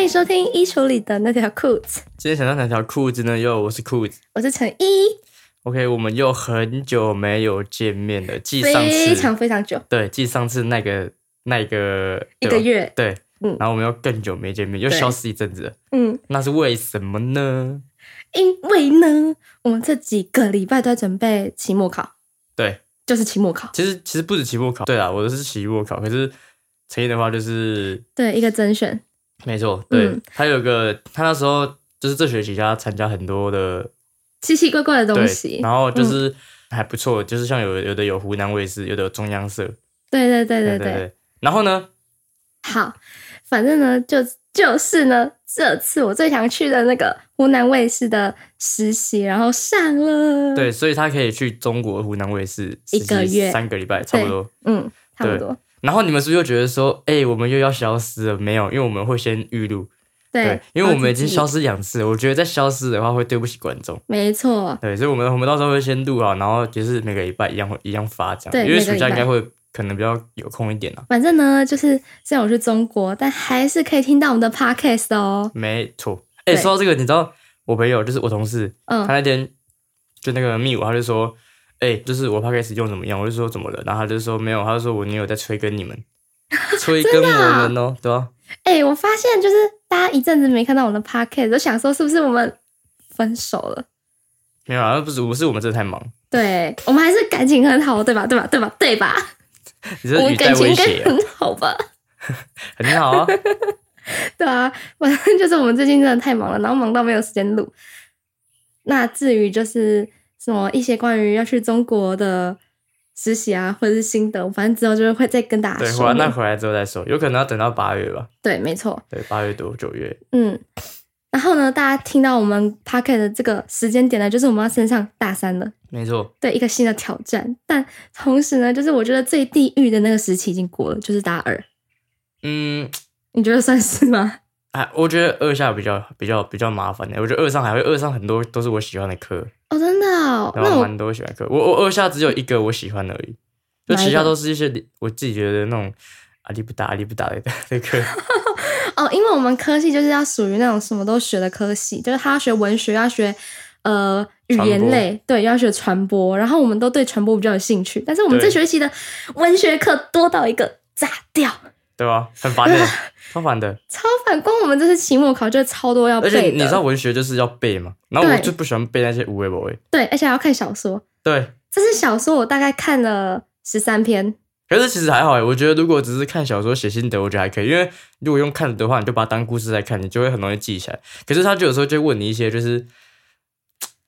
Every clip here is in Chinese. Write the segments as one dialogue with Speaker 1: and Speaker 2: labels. Speaker 1: 迎收听衣橱里的那条裤子，
Speaker 2: 今天想到哪条裤子呢？哟，我是裤子。
Speaker 1: 我是陈一，
Speaker 2: OK，我们又很久没有见面了，继上
Speaker 1: 非
Speaker 2: 次
Speaker 1: 常非常久，
Speaker 2: 对，继上次那个那个
Speaker 1: 一个
Speaker 2: 对吧
Speaker 1: 月，
Speaker 2: 对，
Speaker 1: 嗯
Speaker 2: 然后我们又更久没见面，又
Speaker 1: 对
Speaker 2: 消失一阵子了，
Speaker 1: 嗯，
Speaker 2: 那是为什么呢？
Speaker 1: 因为呢，我们这几个礼拜都在准备期末考，
Speaker 2: 对，
Speaker 1: 就是期末考，
Speaker 2: 其实其实不止期末考，对啦，我的是期末考，可是陈毅的话就是
Speaker 1: 对，一个甄选，
Speaker 2: 没错，对、
Speaker 1: 嗯
Speaker 2: 他有个他那时候就是这学期他参加很多的
Speaker 1: 奇奇怪怪的东
Speaker 2: 对，
Speaker 1: 西，嗯
Speaker 2: 然后就是还不错，就是像有有的有湖南卫视，有的有中央社，
Speaker 1: 对对对对
Speaker 2: 对
Speaker 1: 对，
Speaker 2: 对，然后呢？
Speaker 1: 好，反正呢，就就是呢，这次我最想去的那个湖南卫视的实习，然后上了，
Speaker 2: 对，，所以他可以去中国湖南卫视
Speaker 1: 嗯一个
Speaker 2: 实习
Speaker 1: 月
Speaker 2: 三个礼拜差不多。
Speaker 1: 嗯，差不
Speaker 2: 对
Speaker 1: 多，
Speaker 2: 然后你们是不是又觉得说，哎、我们又要消失了？没有，因为我们会先预录，对，因为我们已经消
Speaker 1: 失，
Speaker 2: 失两次了，我觉得再消失的话会对不起观众，
Speaker 1: 没错，
Speaker 2: 对，所以我们我们到时候会先录好，啊然后就是每个礼拜一样会一样发这
Speaker 1: 对
Speaker 2: 样，因为
Speaker 1: 每个
Speaker 2: 暑假
Speaker 1: 礼
Speaker 2: 应
Speaker 1: 拜
Speaker 2: 该会可能比较有空一点啊，
Speaker 1: 反正呢，就是虽然我是中国，但还是可以听到我们的 podcast 哦。
Speaker 2: 没错。哎、
Speaker 1: 对
Speaker 2: 说到这个，你知道我朋友就是我同事，
Speaker 1: 嗯
Speaker 2: 他那天就那个密我，他就说。哎、就是我 p o d c a s 用怎么样？我就说怎么了，然后他就说没有，他就说我女友在催更你 们，催更我们哦，对啊？
Speaker 1: 哎、我发现就是大家一阵子没看到我们的 podcast，都想说是不是我们分手了？
Speaker 2: 没有啊，不是，不是我们真的太忙，
Speaker 1: 对我们还是感情很好，对吧？对吧？对吧？对吧？
Speaker 2: 你
Speaker 1: 我
Speaker 2: 这
Speaker 1: 们
Speaker 2: 语带
Speaker 1: 感情
Speaker 2: 威
Speaker 1: 应该
Speaker 2: 胁、啊，
Speaker 1: 很好吧？
Speaker 2: 很好啊。
Speaker 1: 对啊，反正就是我们最近真的太忙了，然后忙到没有时间录。那至于就是什么一些关于要去中国的实习啊，或者是心得，反正之后就是会再跟大家
Speaker 2: 对，回
Speaker 1: 说
Speaker 2: 来
Speaker 1: 明。
Speaker 2: 那回来之后再说，有可能要等到八月吧。
Speaker 1: 对，没错。
Speaker 2: 对，八月多九月，
Speaker 1: 嗯，然后呢，大家听到我们 p o c k e t 的这个时间点呢，就是我们要升上大三了，
Speaker 2: 没错，
Speaker 1: 对一个新的挑战。但同时呢，就是我觉得最地狱的那个时期已经过了，就是大二，
Speaker 2: 嗯，
Speaker 1: 你觉得算是吗？
Speaker 2: 哎，我觉得二下比较比较比较麻烦的、我觉得二上还会二上很多都是我喜欢的课，
Speaker 1: 哦，真的、哦，
Speaker 2: 然
Speaker 1: 那
Speaker 2: 后
Speaker 1: 我
Speaker 2: 啊蛮多喜欢的课。我我二下只有一个我喜欢的而已，就
Speaker 1: 哪一
Speaker 2: 其他
Speaker 1: 个
Speaker 2: 都是一些我自己觉得那种阿里不达阿里不达的的课。
Speaker 1: 哦，因为我们科系就是要属于那种什么都学的科系，就是他要学文学，要学呃语
Speaker 2: 传
Speaker 1: 言
Speaker 2: 播
Speaker 1: 类，对，要学传播，然后我们都对传播比较有兴趣，但是我们这
Speaker 2: 对
Speaker 1: 学期的文学课多到一个炸掉。
Speaker 2: 对吧？很烦的、 超烦的。
Speaker 1: 超反光，我们这次期末考就是超多要
Speaker 2: 而
Speaker 1: 背
Speaker 2: 且
Speaker 1: 的，
Speaker 2: 你知道文学就是要背嘛，然后我
Speaker 1: 对
Speaker 2: 就不喜欢背那些无为不为。
Speaker 1: 对，而且还要看小说。
Speaker 2: 对，
Speaker 1: 这是小说，我大概看了十三篇。
Speaker 2: 可是其实还好哎，我觉得如果只是看小说写心得，我觉得还可以，因为如果用看的话，你就把它当故事在看，你就会很容易记起来。可是他就有时候就问你一些就是嘖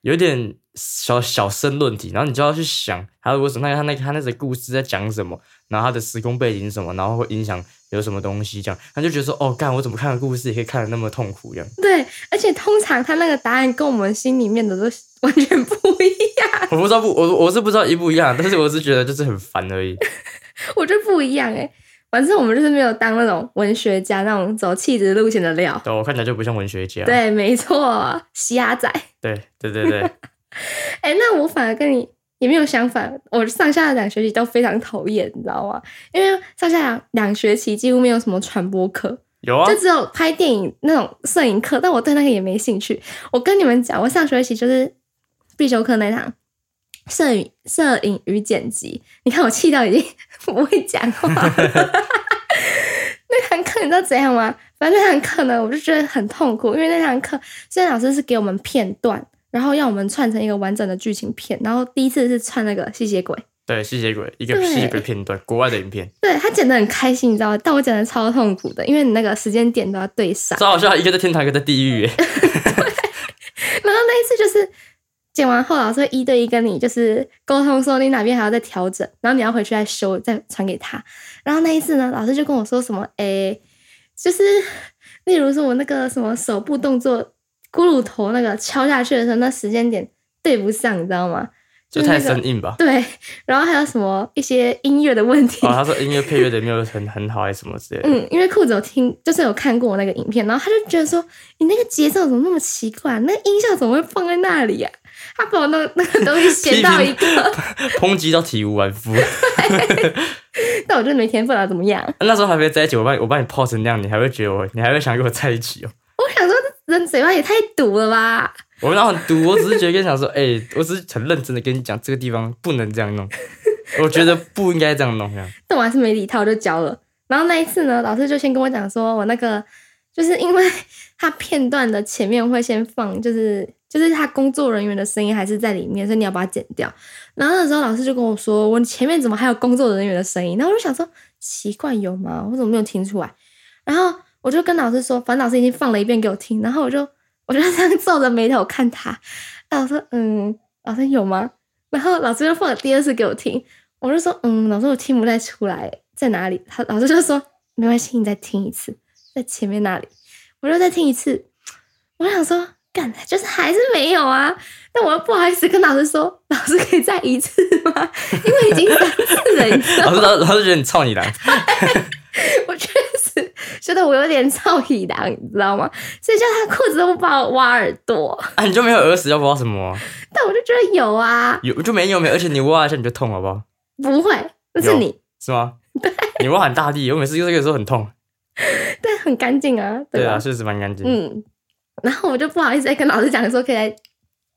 Speaker 2: 有点小小申论题，然后你就要去想他为什么那他那他那则故事在讲什么，然后他的时空背景是什么，然后会影响有什么东西这样，他就觉得说哦，干我怎么看的故事也可以看得那么痛苦这样，
Speaker 1: 对，而且通常他那个答案跟我们心里面的都是 完全不一样，
Speaker 2: 我不知道不我我是不知道一不一样，但是我是觉得就是很烦而已。
Speaker 1: 我觉得不一样哎、反正我们就是没有当那种文学家那种走气质路线的料。
Speaker 2: 对，我看起来就不像文学家。
Speaker 1: 对，没错，瞎仔。
Speaker 2: 对对对对，
Speaker 1: 哎、那我反而跟你也没有相反，我上下两学期都非常讨厌，你知道吗？因为上下两两学期几乎没有什么传播课，
Speaker 2: 有啊
Speaker 1: 就，只有拍电影那种摄影课，但我对那个也没兴趣。我跟你们讲，我上学期就是必修课那一堂摄影、摄影与剪辑，你看我气到已经不会讲话 了。那堂课你知道怎样吗？反正那堂课呢，我就觉得很痛苦，因为那堂课虽然老师是给我们片段，然后要我们串成一个完整的剧情片，然后第一次是串那个吸血鬼，
Speaker 2: 对吸血鬼一个
Speaker 1: 对
Speaker 2: 吸血鬼片段，国外的影片，
Speaker 1: 对他剪的很开心，你知道吗？但我剪的超痛苦的，因为你那个时间点都要对上。
Speaker 2: 超好笑，一个在天堂，一个在地狱 耶。
Speaker 1: 然后那一次就是剪完后，老师会一对一跟你就是沟通，说你哪边还要再调整，然后你要回去再修，再传给他。然后那一次呢，老师就跟我说什么，诶，就是例如说我那个什么手部动作骷髅头那个敲下去的时候，那时间点对不上，你知道吗？
Speaker 2: 就太生硬吧。
Speaker 1: 对，然后还有什么一些音乐的问题。
Speaker 2: 哦，他说音乐配乐的没有很很好，还是什么之类的。
Speaker 1: 嗯，因为裤子有听，就是有看过我那个影片，然后他就觉得说，你那个节奏怎么那么奇怪、啊那个音效怎么会放在那里呀、啊他把我那那个东西
Speaker 2: 批
Speaker 1: 写
Speaker 2: 评
Speaker 1: 到一个，
Speaker 2: 抨击到体无完肤，
Speaker 1: 但我觉得没天分啊，怎么样？
Speaker 2: 那时候还没在一起，我把你我把你泡成那样，你还会觉得我，你还会想跟我在一起哦？
Speaker 1: 我想说，这人嘴巴也太毒了吧！
Speaker 2: 我那很毒，我只是觉得跟你讲说，哎、我只是很认真的跟你讲，这个地方不能这样弄，我觉得不应该这样弄。这样
Speaker 1: 但我还是没理他，我就交了。然后那一次呢，老师就先跟我讲说，我那个就是因为 他片段的前面会先放，就是就是他工作人员的声音还是在里面，所以你要把它剪掉。然后那时候老师就跟我说，我前面怎么还有工作人员的声音？然后我就想说，奇怪有吗？我怎么没有听出来？然后我就跟老师说，反正老师已经放了一遍给我听，然后我就我就 这样皱着眉头看他，然后我说，嗯，老师有吗？然后老师又放了第二次给我听，我就说，嗯，老师，我听不太出来在哪里。他老师就说，没关系，你再听一次，在前面那里。我就再听一次，我想说，干，就是还是没有啊。但我又不好意思跟老师说，老师可以再一次吗？ 因为已经三次了，你知道
Speaker 2: 老
Speaker 1: 吗？
Speaker 2: 师老老师觉得你操你啦，
Speaker 1: 我确实觉得我有点造喜狼，你知道吗？所以叫他裤子都不帮我挖耳朵，
Speaker 2: 啊，你就没有耳屎，要不要什么？啊
Speaker 1: 但我就觉得有啊，
Speaker 2: 有就没有没有，而且你挖一下你就痛，好不好？
Speaker 1: 不会，那是
Speaker 2: 有
Speaker 1: 你，
Speaker 2: 是吗？你挖很大力，我每次用这个时候很痛。
Speaker 1: 但很干净啊，
Speaker 2: 对
Speaker 1: 吧？
Speaker 2: 啊，确实蛮干净。
Speaker 1: 嗯，然后我就不好意思再跟老师讲说可以来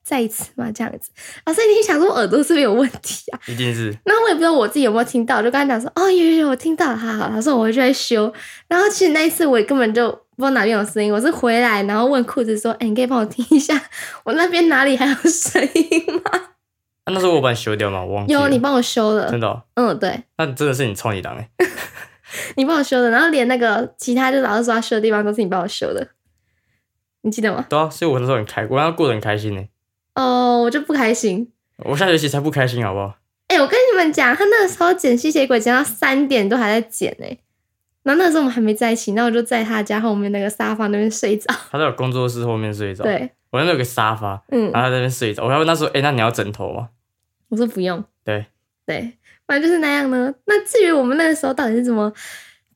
Speaker 1: 再一次嘛，这样子。啊老师一定想说我耳朵是不是有问题啊？
Speaker 2: 一定是。
Speaker 1: 那我也不知道我自己有没有听到，我就跟他讲说哦有有有我听到了，好好，好老师我回去再修。然后其实那一次我也根本就不知道哪边有声音，我是回来然后问裤子说，哎、你可以帮我听一下 我那边哪里还有声音吗？
Speaker 2: 啊那时候我把你修掉嘛，我忘记了。
Speaker 1: 有，你帮我修了
Speaker 2: 真，的、哦？
Speaker 1: 嗯，对。
Speaker 2: 那真的是你操你狼哎、
Speaker 1: 你帮我修的，然后连那个其他就老师说要修的地方都是你帮我修的，你记得吗？
Speaker 2: 对啊，所以我那时候很开，我那时候过得很开心呢、欸
Speaker 1: 哦，我就不开心。
Speaker 2: 我下学期才不开心好不好？
Speaker 1: 哎、我跟你们讲，他那个时候剪吸血鬼剪到三点都还在剪呢、然后那时候我们还没在一起，然后我就在他家后面那个沙发那边睡着。
Speaker 2: 他在我工作室后面睡着，啊
Speaker 1: 对，
Speaker 2: 我那边有个沙发，
Speaker 1: 嗯
Speaker 2: 然，后他在那边睡着。我还问他说：“哎、那你要枕头吗
Speaker 1: 我说不用。
Speaker 2: 对
Speaker 1: 对，反正就是那样呢。那至于我们那个时候到底是怎么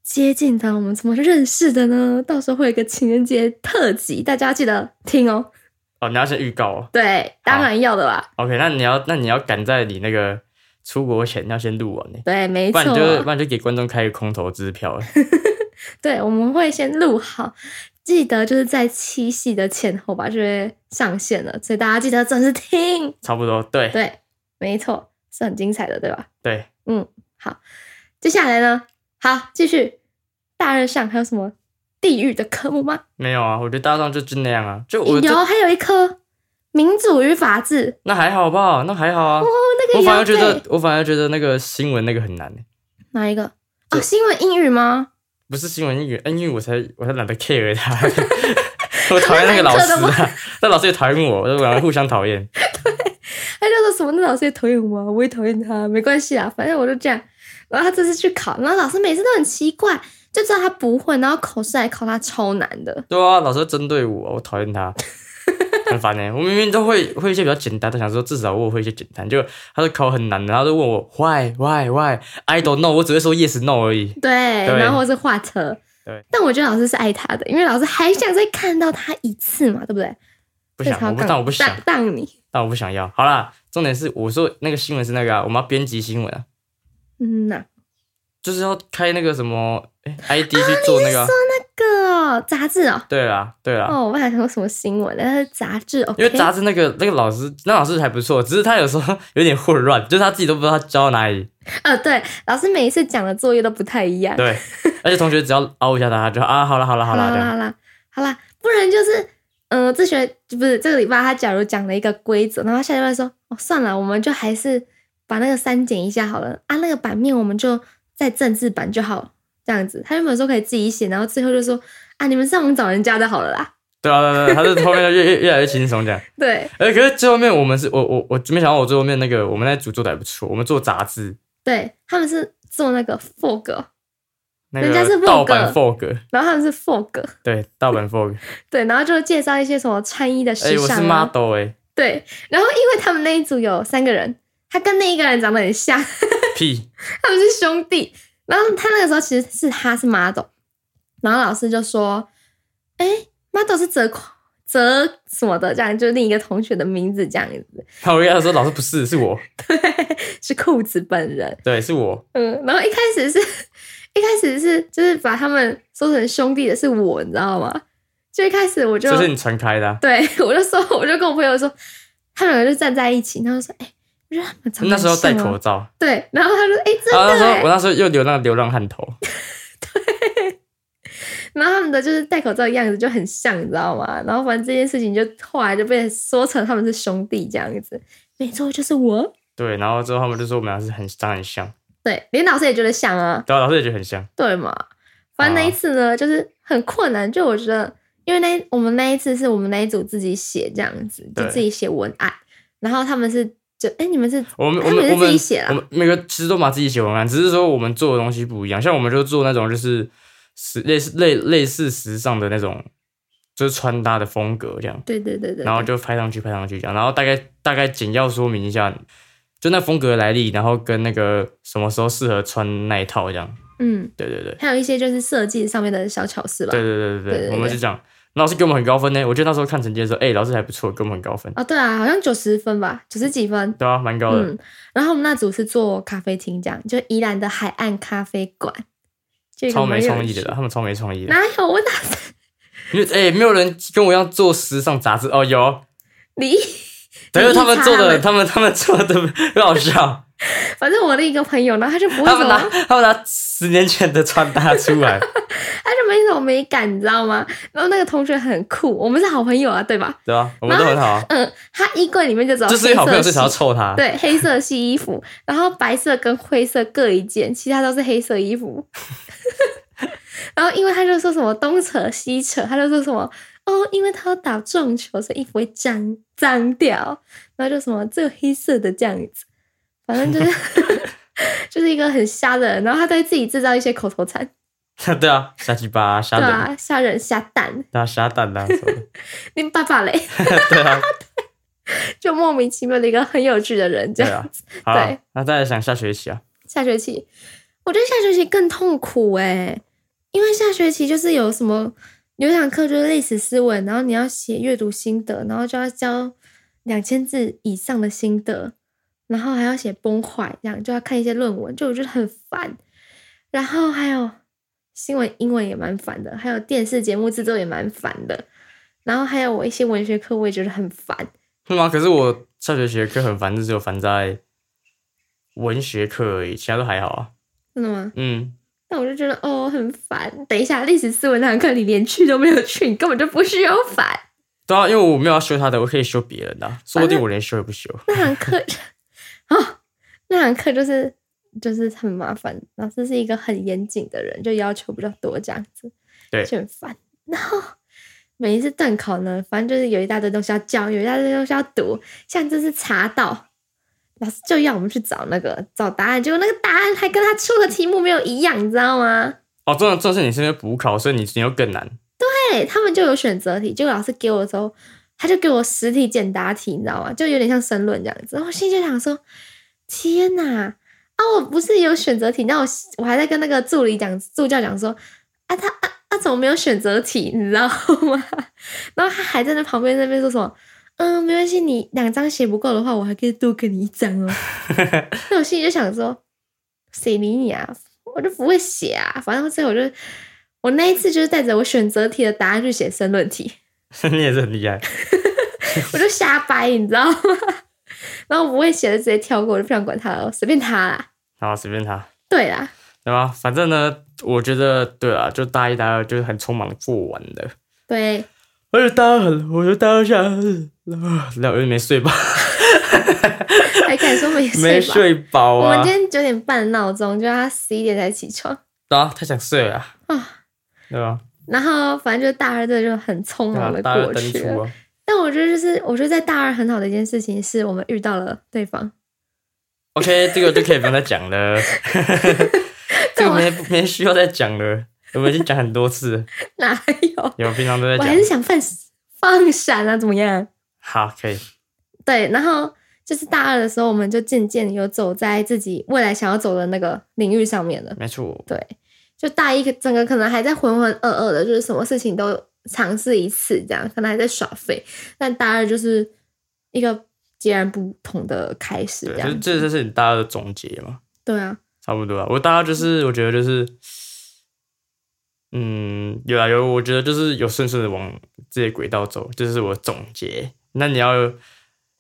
Speaker 1: 接近的，我们怎么认识的呢？到时候会有一个情人节特辑，大家要记得听哦。？”
Speaker 2: 哦，你要先预告哦。
Speaker 1: 对，当然要的啦。
Speaker 2: OK，那你要那你要赶在你那个出国前要先录完呢、
Speaker 1: 对，没
Speaker 2: 不
Speaker 1: 错。啊
Speaker 2: 然你就不然你就给观众开一个空头 支票了。
Speaker 1: 对，我们会先录好，记得就是在七夕的前后吧，就会上线了，所以大家记得准时听。
Speaker 2: 差不多，对
Speaker 1: 对，没错，是很精彩的，对吧？嗯
Speaker 2: 对，
Speaker 1: 接下来呢？好，继续。大热上还有什么地狱的科目吗？
Speaker 2: 没有啊，我觉得大上就就那样啊，就我这
Speaker 1: 有，还有一科民主与法治。
Speaker 2: 那还好吧，那还好啊。
Speaker 1: 哦，那个
Speaker 2: 我
Speaker 1: 也
Speaker 2: 反
Speaker 1: 要
Speaker 2: 而觉得
Speaker 1: 背，
Speaker 2: 我反而觉得那个新闻那个很难、欸，
Speaker 1: 哪一个？哦，新闻英语吗？
Speaker 2: 不是新闻英语，哎因为我才我才懒得 care 欸他， 我讨厌那个老师
Speaker 1: 那蛮可
Speaker 2: 啊， 那老师也讨厌我，我们两个互相讨厌。
Speaker 1: 他就说什么？那老师也讨厌我啊，我也讨厌他，没关系啦，反正我就这样。然后他这次去考，然后老师每次都很奇怪，就知道他不会，然后口试还考他超难的。
Speaker 2: 对啊，老师针对我，我讨厌他，很烦哎、我明明都会会一些比较简单的，想说至少我会一些简单，就他就考很难的，然后就问我 why why why I don't know，我只会说 yes no 而已。
Speaker 1: 对，
Speaker 2: 对
Speaker 1: 然后或是画车。
Speaker 2: 对，
Speaker 1: 但我觉得老师是爱他的，因为老师还想再看到他一次嘛，对不对？
Speaker 2: 不
Speaker 1: 所以
Speaker 2: 想，
Speaker 1: 才要
Speaker 2: 我不，
Speaker 1: 杠
Speaker 2: 但我不想
Speaker 1: 当，当你，
Speaker 2: 但我不想要。好啦，重点是我说那个新闻是那个、啊，我们要编辑新闻啊，
Speaker 1: 嗯呐、
Speaker 2: 就是要开那个什么、哎 ID 去做那个啊、
Speaker 1: 那个杂志哦，
Speaker 2: 对啦，对啦。
Speaker 1: 哦，我本来想说什么新闻，但是杂志，OK，
Speaker 2: 因为杂志那个那个老师，那老师还不错，只是他有时候有点混乱，就是他自己都不知道他教到哪里。
Speaker 1: 呃，对，老师每一次讲的作业都不太一样。
Speaker 2: 对， 而且同学只要凹一下他，他就啊，好了好了好
Speaker 1: 好啦
Speaker 2: 了
Speaker 1: 好
Speaker 2: 这
Speaker 1: 啦
Speaker 2: 样。
Speaker 1: 好啦好啦，不然就是，呃，这学不是这个礼拜他假如讲了一个规则，然后下礼拜说，哦，算了，我们就还是把那个删减一下好了，啊，那个版面我们就在正字版就好了，这样子。他原本说可以自己写，然后最后就说，啊，你们上网找人家的好了 啦。
Speaker 2: 对啊对啊对啊，他是后面就越越越来越轻松这样。
Speaker 1: 对
Speaker 2: 哎，可是最后面我们是我我我没想到我最后面那个我们那组做的还不错，我们做杂志，
Speaker 1: 对，他们是做那个 fog，
Speaker 2: 那
Speaker 1: 人家是
Speaker 2: 个
Speaker 1: Vogue
Speaker 2: 盗版 fog，
Speaker 1: 然后他们是 fog，
Speaker 2: 对盗版 fog。
Speaker 1: 对，然后就介绍一些什么穿衣的
Speaker 2: 哎，
Speaker 1: 时
Speaker 2: 我是
Speaker 1: 尚、啊
Speaker 2: model 哎，
Speaker 1: 对，然后因为他们那一组有三个人，他跟那一个人长得很像。
Speaker 2: 屁，
Speaker 1: 他们是兄弟。然后他那个时候其实是他是 model，然后老师就说：“哎、m o d e l 是折扣泽什么的，这样就是另一个同学的名字这样子，
Speaker 2: 他会跟他说老师不是，是我，
Speaker 1: 是裤子本人。
Speaker 2: 对，是我，
Speaker 1: 嗯，然后一开始是，一开始是就是把他们说成兄弟的是我，你知道吗？就一开始我就
Speaker 2: 这是你传开的啊、
Speaker 1: 对 我就说，我就跟我朋友说，他们两个就站在一起，然后说，哎、我觉得他们长得
Speaker 2: 那时候
Speaker 1: 很像
Speaker 2: 戴
Speaker 1: 哦
Speaker 2: 口啊罩，
Speaker 1: 对，然后他就说，哎、真
Speaker 2: 然后
Speaker 1: 的
Speaker 2: 那时候
Speaker 1: 欸、
Speaker 2: 我那时候又留那个流浪汉头，
Speaker 1: 然后他们的就是戴口罩的样子就很像，你知道吗？然后反正这件事情就后来就被说成他们是兄弟这样子，没错，就是我。
Speaker 2: 对，然后之后他们就说我们俩是很长得很像，
Speaker 1: 对，连老师也觉得像啊，
Speaker 2: 对啊，老师也觉得很像，
Speaker 1: 对嘛？反正那一
Speaker 2: 好
Speaker 1: 次呢，就是很困难，就我觉得，因为那我们那一次是我们那一组自己写这样子，就
Speaker 2: 对
Speaker 1: 自己写文案，然后他们是就哎、你们是
Speaker 2: 我们
Speaker 1: 他
Speaker 2: 我
Speaker 1: 们
Speaker 2: 们
Speaker 1: 是
Speaker 2: 我
Speaker 1: 自己
Speaker 2: 们
Speaker 1: 写啊啦
Speaker 2: 我们每个其实都把自己写文案，只是说我们做的东西不一样。像我们就做那种就是时类似类类似时尚的那种，就是穿搭的风格这样，
Speaker 1: 对对对对，
Speaker 2: 然后就拍上去拍上去这样，然后大概大概简要说明一下，就那风格的来历，然后跟那个什么时候适合穿那一套这样。
Speaker 1: 嗯，
Speaker 2: 对对对
Speaker 1: 还有一些就是设计上面的小巧思吧。
Speaker 2: 对对对
Speaker 1: 对
Speaker 2: 对
Speaker 1: 对
Speaker 2: 对，
Speaker 1: 对
Speaker 2: 我们就这样。老师给我们很高分呢，我记得那时候看成绩的时候，哎、老师还不错，给我们很高分，
Speaker 1: 哦，对啊，好像九十分吧，九十几分。
Speaker 2: 对啊，蛮高的。
Speaker 1: 嗯，然后我们那组是做咖啡厅，这样就宜兰的海岸咖啡馆，就一个
Speaker 2: 超没
Speaker 1: 蛮有
Speaker 2: 创意的
Speaker 1: 趣
Speaker 2: 啦，他们超没创意的，
Speaker 1: 哪有我哪
Speaker 2: 因为哎、没有人跟我一样做时尚杂志哦，有，
Speaker 1: 你？
Speaker 2: 但是他们做的，
Speaker 1: 你
Speaker 2: 他们他们做的很好笑，
Speaker 1: 反正我的一个朋友，然后他就不会
Speaker 2: 他
Speaker 1: 怎
Speaker 2: 们
Speaker 1: 么
Speaker 2: 拿他们拿十年前的穿搭出来，
Speaker 1: 他就没什么美感，你知道吗？然后那个同学很酷，我们是好朋友啊，对吧？
Speaker 2: 对吧、我们都很好啊，
Speaker 1: 嗯，他衣柜里面就只有
Speaker 2: 就是因为好朋友
Speaker 1: 黑色
Speaker 2: 最
Speaker 1: 系
Speaker 2: 想要臭他，
Speaker 1: 对黑色系衣服，然后白色跟灰色各一件，其他都是黑色衣 服。然后因为他就说什么东扯西扯，他就说什么哦，因为他要打撞球，所以衣服会脏脏掉，然后就什么这个黑色的这样子，反正就是 就是一个很瞎的人，然后他对自己制造一些口头禅，
Speaker 2: 对啊，瞎鸡巴、瞎
Speaker 1: 对
Speaker 2: 人、
Speaker 1: 啊，吓人吓蛋，
Speaker 2: 对啊，瞎蛋啊，什么的
Speaker 1: 你爸爸嘞。
Speaker 2: 对啊，
Speaker 1: 就莫名其妙的一个很有趣的人，这
Speaker 2: 对
Speaker 1: 样
Speaker 2: 啊。好啊
Speaker 1: 对，
Speaker 2: 那再来想下学期啊，
Speaker 1: 下学期，我觉得下学期更痛苦哎、因为下学期就是有什么有一堂课就是历史思维，然后你要写阅读心得，然后就要交两千字以上的心得，然后还要写崩坏，这样就要看一些论文，就我觉得很烦。然后还有新闻英文也蛮烦的，还有电视节目制作也蛮烦的，然后还有我一些文学课我也觉得很烦。
Speaker 2: 是吗？可是我下学期的课很烦，就只有烦在文学课而已，其他都还好啊，
Speaker 1: 真的吗？
Speaker 2: 嗯。
Speaker 1: 那我就觉得哦很烦。等一下，历史思维那堂课你连去都没有去，你根本就不需要烦。
Speaker 2: 对啊，因为我没有要修他的，我可以修别人的啊、说不定我连修也不修。
Speaker 1: 那堂课 哦，那堂课就是就是很麻烦。老师是一个很严谨的人，就要求比较多这样子，
Speaker 2: 对
Speaker 1: 就很烦。然后每一次段考呢，反正就是有一大堆东西要教，有一大堆东西要读，像这次查到。老师就要我们去找那个找答案，结果那个答案还跟他出的题目没有一样，你知道吗？
Speaker 2: 哦，重重是你是因为补考，所以你你又更难。
Speaker 1: 对他们就有选择题，结果老师给我的时候，他就给我实体简答题，你知道吗？就有点像申论这样子。然后我心里就想说，天哪！啊，我不是有选择题，那我我还在跟那个助理讲，助教讲说，啊，他啊啊怎么没有选择题，你知道吗？ 然后他还在那旁边那边说什么，嗯，没关系，你两张写不够的话，我还可以多给你一张哦。那我心里就想说，谁理你啊？我就不会写啊，反正所以我就我那一次就是带着我选择题的答案去写申论题，
Speaker 2: 你也是很厉害，
Speaker 1: 我就瞎掰，你知道吗？ 然后我不会写的直接跳过，我就不想管他了，随便他啦。
Speaker 2: 好随便他，
Speaker 1: 对啦，
Speaker 2: 对吧？反正呢，我觉得对啊，就大一、大二就是很匆忙的过完的。
Speaker 1: 对，
Speaker 2: 而且大二很，我就大二下，啊那我就没睡 饱，
Speaker 1: 还敢说没睡
Speaker 2: 没
Speaker 1: 吧？
Speaker 2: 睡饱
Speaker 1: 我们
Speaker 2: 啊
Speaker 1: 今。天九点半闹钟，就让他十一点才起床
Speaker 2: 对啊，太想睡了啊，
Speaker 1: 啊。
Speaker 2: 对吧？
Speaker 1: 然后反正就大二这就很匆
Speaker 2: 对
Speaker 1: 忙
Speaker 2: 啊
Speaker 1: 的，
Speaker 2: 大二
Speaker 1: 过
Speaker 2: 登
Speaker 1: 去
Speaker 2: 出
Speaker 1: 了。
Speaker 2: 啊，
Speaker 1: 但我觉得就是，我觉得在大二很好的一件事情是我们遇到了对方。
Speaker 2: OK，这个就可以不用再 讲了，这个没没需要再讲了，我们已经讲很多次了，
Speaker 1: 哪 有？
Speaker 2: 有平常都在
Speaker 1: 我
Speaker 2: 讲
Speaker 1: 还。是想放放闪啊，怎么样？
Speaker 2: 好，可以，
Speaker 1: 对，然后就是大二的时候，我们就渐渐有走在自己未来想要走的那个领域上面了。
Speaker 2: 没错。
Speaker 1: 对，就大一整个可能还在浑浑噩噩的，就是什么事情都尝试一次这样，可能还在耍废。但大二就是一个截然不同的开始，这
Speaker 2: 对，
Speaker 1: 样
Speaker 2: 就这就是你大家的总结嘛，
Speaker 1: 对啊，
Speaker 2: 差不多啊。我大家就是我觉得就是，嗯，有啊有，我觉得就是有顺顺的往这些轨道走，这、是我总结。那你要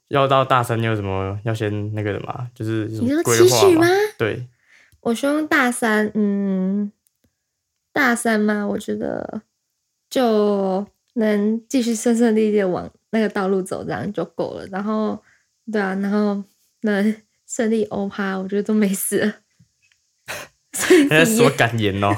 Speaker 2: 要到大三，你有什么要先那个的吗？就是
Speaker 1: 你说
Speaker 2: 规
Speaker 1: 期
Speaker 2: 划
Speaker 1: 许吗？
Speaker 2: 对，
Speaker 1: 我希望大三，嗯，大三嘛，我觉得就能继续顺顺利利地往那个道路走，这样就够了。然后，对啊，然后能顺利欧趴，我觉得都没事了。顺
Speaker 2: 现在
Speaker 1: 利毕业，
Speaker 2: 说感言哦。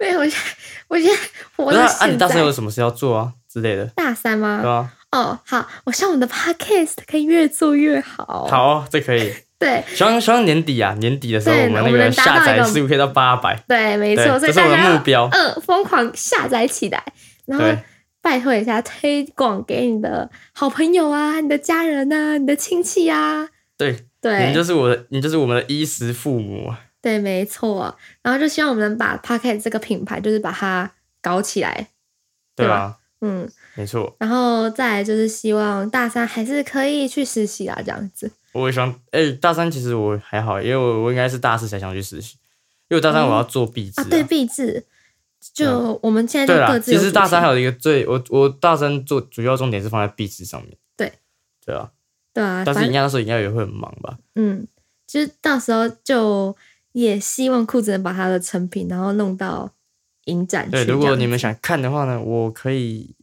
Speaker 1: 没有，我现在 我现在活
Speaker 2: 那
Speaker 1: 到
Speaker 2: 啊，你
Speaker 1: 现
Speaker 2: 大三有
Speaker 1: 在。
Speaker 2: 什么事要做啊之类的，
Speaker 1: 大三
Speaker 2: 对啊
Speaker 1: 吗？
Speaker 2: 吧？
Speaker 1: 哦，好，我希望我们的 podcast 可以越做越好。，
Speaker 2: 好，哦这可以。
Speaker 1: 对
Speaker 2: 希望希望年底啊，年底的时候
Speaker 1: 对
Speaker 2: 我们
Speaker 1: 我
Speaker 2: 那
Speaker 1: 们
Speaker 2: 个
Speaker 1: 能达到
Speaker 2: 下载
Speaker 1: 一个
Speaker 2: 次数可以到八百。
Speaker 1: 对，没
Speaker 2: 对
Speaker 1: 错，所以
Speaker 2: 这是我
Speaker 1: 大
Speaker 2: 的
Speaker 1: 家要
Speaker 2: 目标
Speaker 1: 嗯，疯狂下载起来，然后
Speaker 2: 对
Speaker 1: 拜托一下，推广给你的好朋友啊、你的家人啊、你的亲戚啊，
Speaker 2: 对，你
Speaker 1: 对，
Speaker 2: 就是我的，你就是我们的衣食父母啊。
Speaker 1: 对，没错。然后就希望我们能把 Pocket 这个品牌，就是把它搞起来，
Speaker 2: 对
Speaker 1: 对
Speaker 2: 吧？
Speaker 1: 嗯，
Speaker 2: 没错，
Speaker 1: 然后再来就是希望大三还是可以去实习啊，这样子。
Speaker 2: 我也想，哎、大三其实我还好，因为我我应该是大四才想去实习，因为我大三我要做毕制、
Speaker 1: 啊，对，壁纸，就我们现在
Speaker 2: 嗯对
Speaker 1: 就
Speaker 2: 啦
Speaker 1: 各，自
Speaker 2: 其
Speaker 1: 有
Speaker 2: 实
Speaker 1: 主
Speaker 2: 大三
Speaker 1: 题
Speaker 2: 还有一个最，我我大三做主要重点是放在毕制上面。
Speaker 1: 对，
Speaker 2: 对啊，
Speaker 1: 对啊，反
Speaker 2: 但是
Speaker 1: 正
Speaker 2: 应该那时候应该也会很忙吧？
Speaker 1: 嗯，就是到时候就也希望裤子能把它的成品，然后弄到影展去这
Speaker 2: 对，
Speaker 1: 样子。
Speaker 2: 如果你们想看的话呢，我可以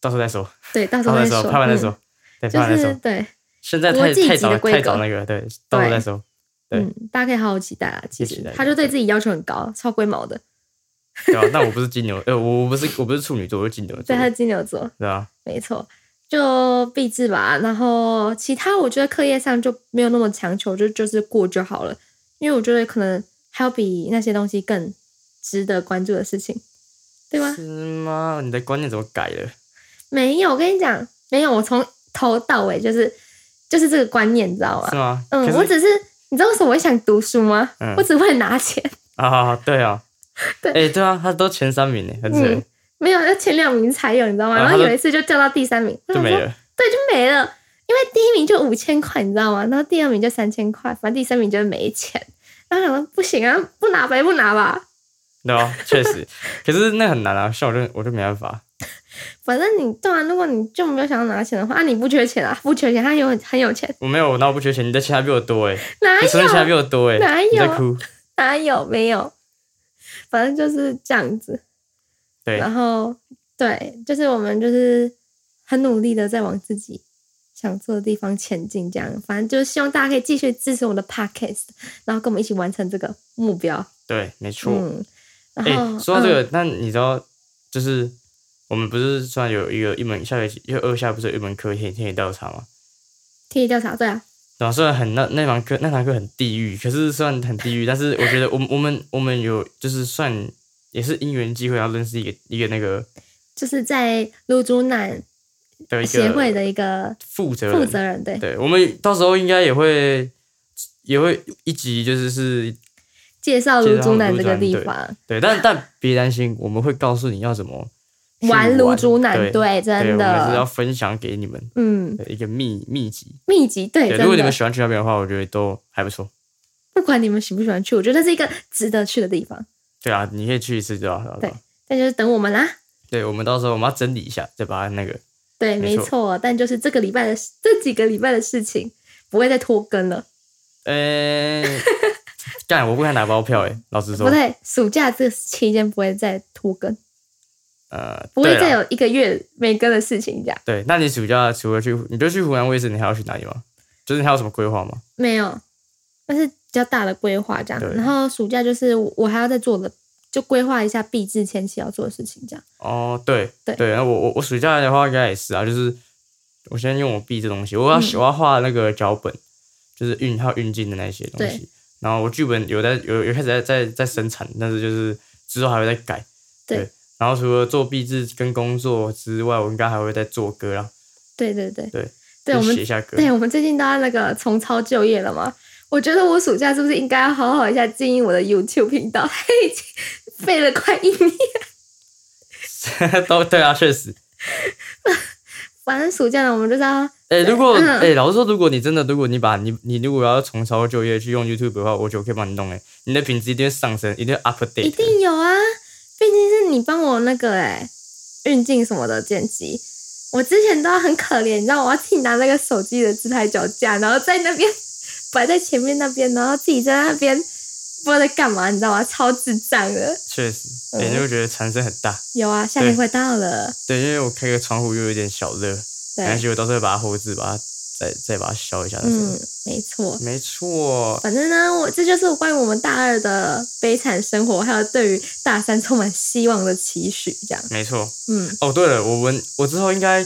Speaker 2: 到时候再说，
Speaker 1: 对，到时
Speaker 2: 到
Speaker 1: 候再
Speaker 2: 时候再说，拍完再
Speaker 1: 嗯
Speaker 2: 说，对，拍
Speaker 1: 就
Speaker 2: 完再说
Speaker 1: 是。对，
Speaker 2: 现在
Speaker 1: 国
Speaker 2: 太
Speaker 1: 际级
Speaker 2: 太
Speaker 1: 的
Speaker 2: 早
Speaker 1: 规
Speaker 2: 太早
Speaker 1: 格
Speaker 2: 那个，对，到时候
Speaker 1: 对
Speaker 2: 再说。对
Speaker 1: 嗯，大家可以好好期待啊。其
Speaker 2: 可以
Speaker 1: 实
Speaker 2: 期待
Speaker 1: 他就对自己要求很高，超龟毛的。
Speaker 2: 对吧？但我不是金牛，呃，我我不是我不是处女座，我是金牛座，
Speaker 1: 对，他是
Speaker 2: 对啊
Speaker 1: 金牛座，
Speaker 2: 吧？
Speaker 1: 没错。就必制吧，然后其他我觉得课业上就没有那么强求，就就是过就好了。因为我觉得可能还有比那些东西更值得关注的事情，对吗？
Speaker 2: 是吗？你的观念怎么改了？
Speaker 1: 没有，我跟你讲，没有，我从头到尾就是就是这个观念，你知道
Speaker 2: 是
Speaker 1: 吗？
Speaker 2: 吗？
Speaker 1: 嗯，
Speaker 2: 可
Speaker 1: 我
Speaker 2: 是
Speaker 1: 只是你知道为什么我会想读书吗？
Speaker 2: 嗯
Speaker 1: 我只为了拿钱，
Speaker 2: 啊，对啊，
Speaker 1: 对
Speaker 2: 哎，对啊，他都前三名呢，很扯，
Speaker 1: 嗯没有，要前两名才有，你知道吗？
Speaker 2: 然
Speaker 1: 然
Speaker 2: 后
Speaker 1: 后
Speaker 2: 就
Speaker 1: 有一次就掉到第三名，我
Speaker 2: 啊就
Speaker 1: 想
Speaker 2: 没
Speaker 1: 说
Speaker 2: 了。
Speaker 1: 对，就没了。因为第一名就五千块，你知道吗？然后第二名就三千块，反正第三名就是没钱。然后想说不行啊，不拿白不拿吧，
Speaker 2: 对啊，确实，可是那很难啊，像我就我就没办法，
Speaker 1: 反正你对啊，如果你就没有想要拿钱的话，啊，你不缺钱啊，不缺钱，他有很有钱，
Speaker 2: 我没有，那我不缺钱，你的钱还比我多哎，
Speaker 1: 哪
Speaker 2: 你
Speaker 1: 有？
Speaker 2: 存的钱还比我多哎，
Speaker 1: 哪有
Speaker 2: 你在哭？
Speaker 1: 哪有没有？反正就是这样子。
Speaker 2: 对
Speaker 1: 然后对，就是我们就是很努力的在往自己想做的地方前进，这样。反正就是希望大家可以继续支持我们的 podcast，然后跟我们一起完成这个目标。
Speaker 2: 对，没错。
Speaker 1: 嗯，然
Speaker 2: 哎
Speaker 1: 后、，
Speaker 2: 说到这
Speaker 1: 嗯
Speaker 2: 个，那你知道就是我们不是算有一个一门下学期，因为二下不是有一门课天天天调查吗？
Speaker 1: 田野调查，对啊，
Speaker 2: 对啊，虽然很那那堂课那堂课很地狱，可是虽然很地狱，但是我觉得我们我们我们有就是算也是因缘机会，然后认识一个一个那个
Speaker 1: 就是在卢竹南
Speaker 2: 的一个
Speaker 1: 协会的一个
Speaker 2: 负责人
Speaker 1: 负责人，对，
Speaker 2: 对，我们到时候应该也会也会一集就是是
Speaker 1: 介绍
Speaker 2: 介
Speaker 1: 卢
Speaker 2: 绍
Speaker 1: 竹南
Speaker 2: 卢
Speaker 1: 这
Speaker 2: 竹
Speaker 1: 个
Speaker 2: 南
Speaker 1: 地
Speaker 2: 对
Speaker 1: 方，
Speaker 2: 对，但但别担心，我们会告诉你要怎么去
Speaker 1: 玩卢竹南，
Speaker 2: 对，
Speaker 1: 对，
Speaker 2: 对
Speaker 1: 真
Speaker 2: 我们是要
Speaker 1: 的，
Speaker 2: 分享给你们
Speaker 1: 嗯，
Speaker 2: 的一个秘秘籍。
Speaker 1: 密集，对，
Speaker 2: 对，
Speaker 1: 真
Speaker 2: 如果你
Speaker 1: 的
Speaker 2: 们。喜欢去那边的话，我觉得都还不错。
Speaker 1: 不管你们喜不喜欢去，我觉得这是一个值得去的地方。
Speaker 2: 对啊，你可以去一次，对吧？
Speaker 1: 对但就是等我们啦，
Speaker 2: 对，我们到时候我们要整理一下，再把它那个
Speaker 1: 对，
Speaker 2: 没
Speaker 1: 没
Speaker 2: 错
Speaker 1: 错。但就是这个礼拜的事这几个礼拜的事情，不会再拖更了。
Speaker 2: 呃，干，我不敢打包票哎，老实
Speaker 1: 不
Speaker 2: 说，
Speaker 1: 对，暑假这期间不会再拖更，
Speaker 2: 呃，
Speaker 1: 不会
Speaker 2: 对
Speaker 1: 再
Speaker 2: 啦
Speaker 1: 有一个月没更的事情这样。
Speaker 2: 对。那你暑假除了去，你就去湖南卫视，你还要去哪里吗？就是你还有什么规划吗？
Speaker 1: 没有，但是比较大的规划这
Speaker 2: 对
Speaker 1: 样。然后暑假就是我我还要再做的，就规划一下毕制前期要做的事情这样。
Speaker 2: 哦，对
Speaker 1: 对
Speaker 2: 对，那我我我暑假的话应该也是啊，就是我先用我毕这东西，我要、
Speaker 1: 嗯
Speaker 2: 我要画那个脚本，就是运还有运镜的那些东西
Speaker 1: 对。
Speaker 2: 然后我剧本有在有有开始在在在生产，但是就是之后还会再改。
Speaker 1: 对
Speaker 2: 然后除了做毕制跟工作之外，我应该还会再做歌啦，
Speaker 1: 对对对
Speaker 2: 对，
Speaker 1: 对
Speaker 2: 就
Speaker 1: 我们
Speaker 2: 写一下歌。
Speaker 1: 对，我们最近都要那个重操旧业了嘛。我觉得我暑假是不是应该要好 好一下经营我的 YouTube 频道？嘿，已经废了快一年，
Speaker 2: 都对啊，确实。
Speaker 1: 反正暑假呢，我们就是要
Speaker 2: 哎、如果
Speaker 1: 嗯
Speaker 2: 哎、老实说，如果你真的，如果你把你你如果要重操旧业去用 YouTube 的话，我觉得我可以帮你弄哎、你的品质一定会上升，一定会哎 update。
Speaker 1: 一定有啊，毕竟是你帮我那个哎、运镜什么的剪辑。我之前都很可怜，你知道，我要自己拿那个手机的自拍脚架，然后在那边 摆在前面那边，然后自己在那边不知道在干嘛，你知道吗？超智障的。
Speaker 2: 确实，哎、
Speaker 1: 嗯
Speaker 2: 你会觉得产生很大。
Speaker 1: 有啊，夏天
Speaker 2: 对
Speaker 1: 快到了，
Speaker 2: 对，因为我开个窗户又有点小热，没关
Speaker 1: 对，
Speaker 2: 系，我到时候把它后置，把它再再把它消一下。
Speaker 1: 嗯，没错。
Speaker 2: 没错，
Speaker 1: 反正呢，我这就是关于我们大二的悲惨生活，还有对于大三充满希望的期许，这样。
Speaker 2: 没错。
Speaker 1: 嗯，
Speaker 2: 哦，对了，我们我之后应该，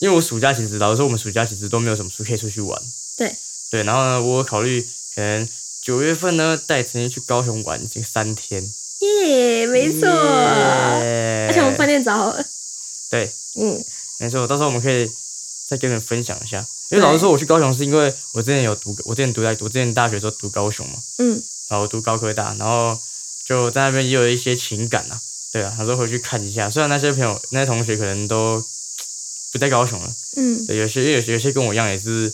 Speaker 2: 因为我暑假其实老实说，我们暑假其实都没有什么出可以出去玩。
Speaker 1: 对
Speaker 2: 对，然后呢，我有考虑可能九月份呢带陈毅去高雄玩这三天。
Speaker 1: 耶、没错。
Speaker 2: 耶
Speaker 1: 而且我们饭店找好了，
Speaker 2: 对，
Speaker 1: 嗯，
Speaker 2: 没错，到时候我们可以再跟你们分享一下。因为老实说，我去高雄是因为我之前有读，我之前读在我之前大学的时候读高雄嘛，
Speaker 1: 嗯，
Speaker 2: 然后我读高科大，然后就在那边也有一些情感啊，对啊，他说回去看一下。虽然那些朋友、那些同学可能都不在高雄了，
Speaker 1: 嗯
Speaker 2: 对，有些因为有些有些跟我一样也是，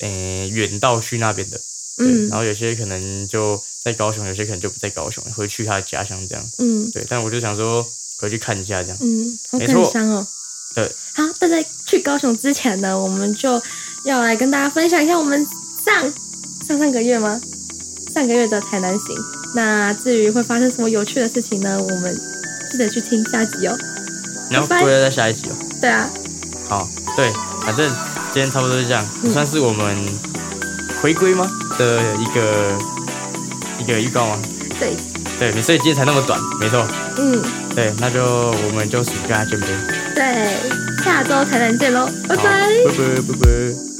Speaker 2: 诶、远道去那边的，对，
Speaker 1: 嗯
Speaker 2: 然后有些可能就在高雄，有些可能就不在高雄，回去他的家乡这样，
Speaker 1: 嗯
Speaker 2: 对。但我就想说回去看一下这样，
Speaker 1: 嗯，好
Speaker 2: 没错
Speaker 1: 感伤哦。
Speaker 2: 对，
Speaker 1: 好，但在去高雄之前呢，我们就要来跟大家分享一下我们上上上个月吗？上个月的台南行。那至于会发生什么有趣的事情呢？我们记得去听下集哦。
Speaker 2: 然后
Speaker 1: 拜拜
Speaker 2: 归在下一集哦。
Speaker 1: 对啊，
Speaker 2: 好，对，反正今天差不多是这样，
Speaker 1: 嗯
Speaker 2: 算是我们回归吗的一个一个预告吗？
Speaker 1: 对，
Speaker 2: 对，所以今天才那么短，没错。
Speaker 1: 嗯，
Speaker 2: 对，那就我们就暑假见呗。
Speaker 1: 对，下周台南见喽，拜
Speaker 2: 好
Speaker 1: 拜。
Speaker 2: 拜拜，拜拜。